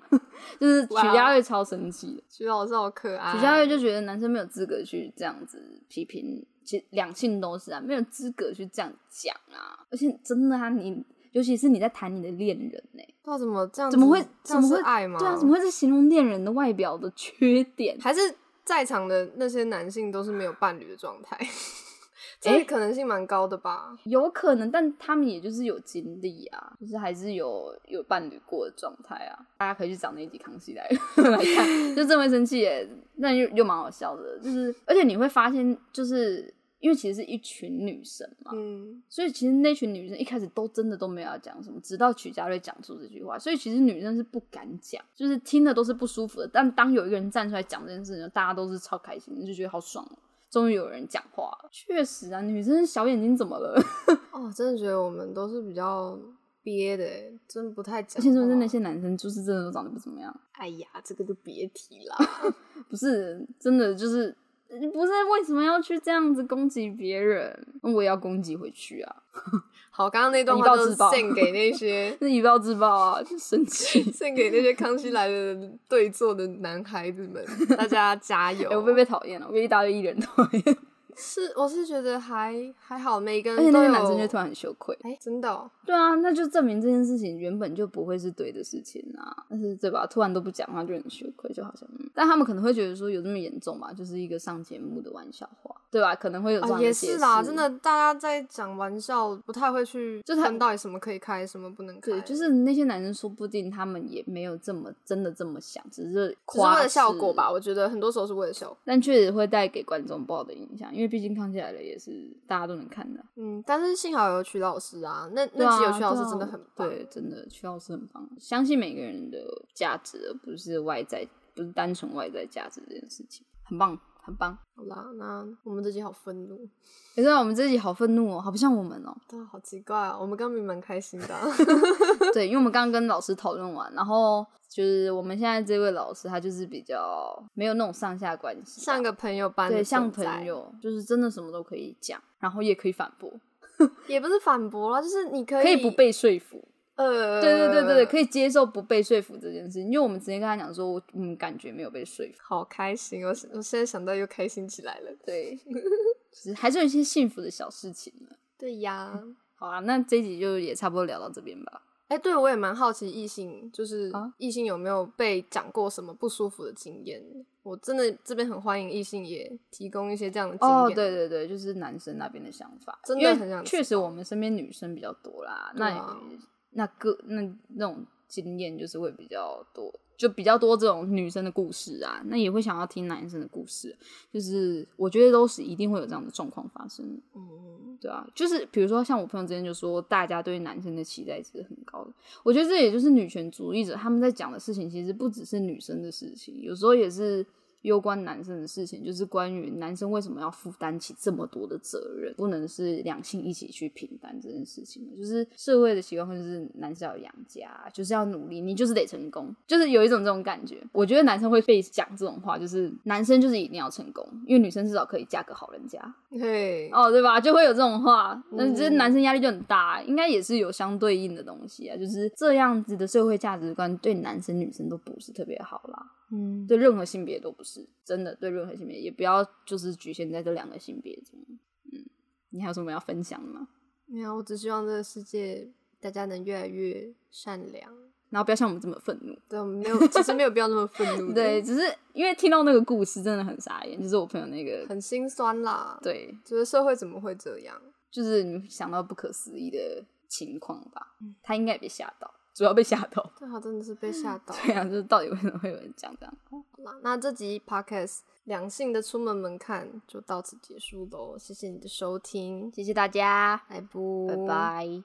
Speaker 2: 就是许
Speaker 1: 哇哦哎
Speaker 2: 家瑞超生气的。
Speaker 1: 徐老师好可爱。
Speaker 2: 许家瑞就觉得男生没有资格去这样子批评，其实两性都是啊，没有资格去这样讲啊。而且真的啊，你尤其是你在谈你的恋人呢、
Speaker 1: 他怎么这样子？
Speaker 2: 怎么会
Speaker 1: 这样
Speaker 2: 怎么
Speaker 1: 是
Speaker 2: 会
Speaker 1: 爱吗？
Speaker 2: 对啊，怎么会是形容恋人的外表的缺点？
Speaker 1: 还是在场的那些男性都是没有伴侣的状态？
Speaker 2: 诶
Speaker 1: 这可能性蛮高的吧？
Speaker 2: 有可能，但他们也就是有经历啊，就是还是有有伴侣过的状态啊。大家可以去找那一集《康熙来了》 来看，就真会生气耶，但又又蛮好笑的。就是，而且你会发现，就是因为其实是一群女生嘛，
Speaker 1: 嗯，
Speaker 2: 所以其实那群女生一开始都真的都没有要讲什么，直到曲家瑞讲出这句话，所以其实女生是不敢讲，就是听的都是不舒服的。但当有一个人站出来讲这件事情，大家都是超开心的，就觉得好爽哦、终于有人讲话了，确实啊，女生小眼睛怎么了？
Speaker 1: 哦，真的觉得我们都是比较憋的欸，真的不太讲话。
Speaker 2: 而且说真的，那些男生就是真的都长得不怎么样，
Speaker 1: 哎呀，这个就别提啦。
Speaker 2: 不是真的就是不是为什么要去这样子攻击别人？我也要攻击回去啊，
Speaker 1: 好，刚刚那段
Speaker 2: 以
Speaker 1: 话
Speaker 2: 暴
Speaker 1: 就
Speaker 2: 制暴
Speaker 1: 献给那些。
Speaker 2: 那以暴制暴啊，就生气
Speaker 1: 献给那些康熙来了的对坐的男孩子们，大家加油！
Speaker 2: 哎、我被被讨厌了，我被一大堆艺人讨厌，
Speaker 1: 是，我是觉得还还好，每个人
Speaker 2: 而且
Speaker 1: 都
Speaker 2: 那些
Speaker 1: 有
Speaker 2: 男生就突然很羞愧。
Speaker 1: 哎、真的、哦，
Speaker 2: 对啊，那就证明这件事情原本就不会是对的事情啊，但是对吧？突然都不讲话就很羞愧，就好像，嗯但他们可能会觉得说有这么严重吧，就是一个上节目的玩笑话，对吧？可能会有这
Speaker 1: 啊
Speaker 2: 样的
Speaker 1: 也
Speaker 2: 解
Speaker 1: 是啦，
Speaker 2: 释
Speaker 1: 真的，大家在讲玩笑，不太会去
Speaker 2: 就
Speaker 1: 就是
Speaker 2: 他
Speaker 1: 分到底什么可以开，什么不能开，
Speaker 2: 对，就是那些男生，说不定他们也没有这么真的这么想，只是
Speaker 1: 只是为
Speaker 2: 夸
Speaker 1: 了效果
Speaker 2: 饰
Speaker 1: 吧。我觉得很多时候是为了效果，
Speaker 2: 但确实会带给观众不好的影响，因为毕竟看起来了也是大家都能看的。
Speaker 1: 嗯，但是幸好有曲老师啊，那
Speaker 2: 对
Speaker 1: 那集有
Speaker 2: 啊
Speaker 1: 曲老师
Speaker 2: 对啊
Speaker 1: 真的很棒，
Speaker 2: 对，真的曲老师很棒。相信每个人的价值，而不是外在，不是单纯外在价值这件事情，很棒，很棒。
Speaker 1: 好啦，那我们这集好愤怒，
Speaker 2: 可是我们这集好愤怒哦，好不像我们哦。
Speaker 1: 对啊，好奇怪啊，我们刚明明蛮开心的啊、
Speaker 2: 对，因为我们刚刚跟老师讨论完，然后就是我们现在这位老师，他就是比较没有那种上下关系吧，
Speaker 1: 像个朋友般的
Speaker 2: 对，像
Speaker 1: 存在
Speaker 2: 朋友，就是真的什么都可以讲，然后也可以反驳，
Speaker 1: 也不是反驳啦，就是你可以
Speaker 2: 可以不被说服。
Speaker 1: 呃，
Speaker 2: 对对对对对，可
Speaker 1: 以。
Speaker 2: 以接受不被说服这件事，因为我们直接跟他讲说，我我们感觉没有被说服。
Speaker 1: 好开心哦！我我现在想到又开心起来了。
Speaker 2: 对， 就是还是有一些幸福的小事情呢。
Speaker 1: 对呀，
Speaker 2: 好啊，那这一集就也差不多聊到这边吧。
Speaker 1: 哎、嗯对我也蛮好奇异性，就是
Speaker 2: 啊
Speaker 1: 异性有没有被讲过什么不舒服的经验？我真的这边很欢迎异性也提供一些这样的经验。
Speaker 2: 哦，对，对对，就是男生那边的想法，
Speaker 1: 真的
Speaker 2: 因为
Speaker 1: 很想知
Speaker 2: 确实我们身边女生比较多啦，
Speaker 1: 对
Speaker 2: 那
Speaker 1: 啊
Speaker 2: 也那个那那种经验就是会比较多，就比较多这种女生的故事啊，那也会想要听男生的故事，就是我觉得都是一定会有这样的状况发生的。
Speaker 1: 嗯，
Speaker 2: 对啊，就是比如说像我朋友之间就说，大家对男生的期待值很高的。我觉得这也就是女权主义者他们在讲的事情，其实不只是女生的事情，有时候也是攸关男生的事情，就是关于男生为什么要负担起这么多的责任，不能是两性一起去平担这件事情。就是社会的习惯，就是男生要养家，就是要努力，你就是得成功，就是有一种这种感觉。我觉得男生会被讲这种话，就是男生就是一定要成功，因为女生至少可以嫁个好人家。
Speaker 1: 嘿，
Speaker 2: 哦，对吧？就会有这种话，但是这
Speaker 1: 嗯
Speaker 2: 男生压力就很大，应该也是有相对应的东西啊，就是这样子的社会价值观对男生女生都不是特别好啦，
Speaker 1: 嗯，
Speaker 2: 对任何性别都不是，真的对任何性别也不要就是局限在这两个性别中。嗯，你还有什么要分享的吗？
Speaker 1: 没有，我只希望这个世界大家能越来越善良。
Speaker 2: 然后不要像我们这么愤怒。
Speaker 1: 对，我们没有，其实没有必要那么愤怒的，
Speaker 2: 对，只是因为听到那个故事真的很傻眼，就是我朋友那个，
Speaker 1: 很心酸啦。，
Speaker 2: 对，
Speaker 1: 觉得社会怎么会这样？
Speaker 2: 就是你想到不可思议的情况吧，
Speaker 1: 嗯
Speaker 2: 他应该也被吓到，主要被吓到。
Speaker 1: 对啊，真的是被吓到。
Speaker 2: 对啊，就是到底为什么会有人讲这样？
Speaker 1: 啦。那这集 podcast 两性的出门门槛就到此结束喽，谢谢你的收听，
Speaker 2: 谢谢大家，
Speaker 1: 拜拜，
Speaker 2: 拜拜。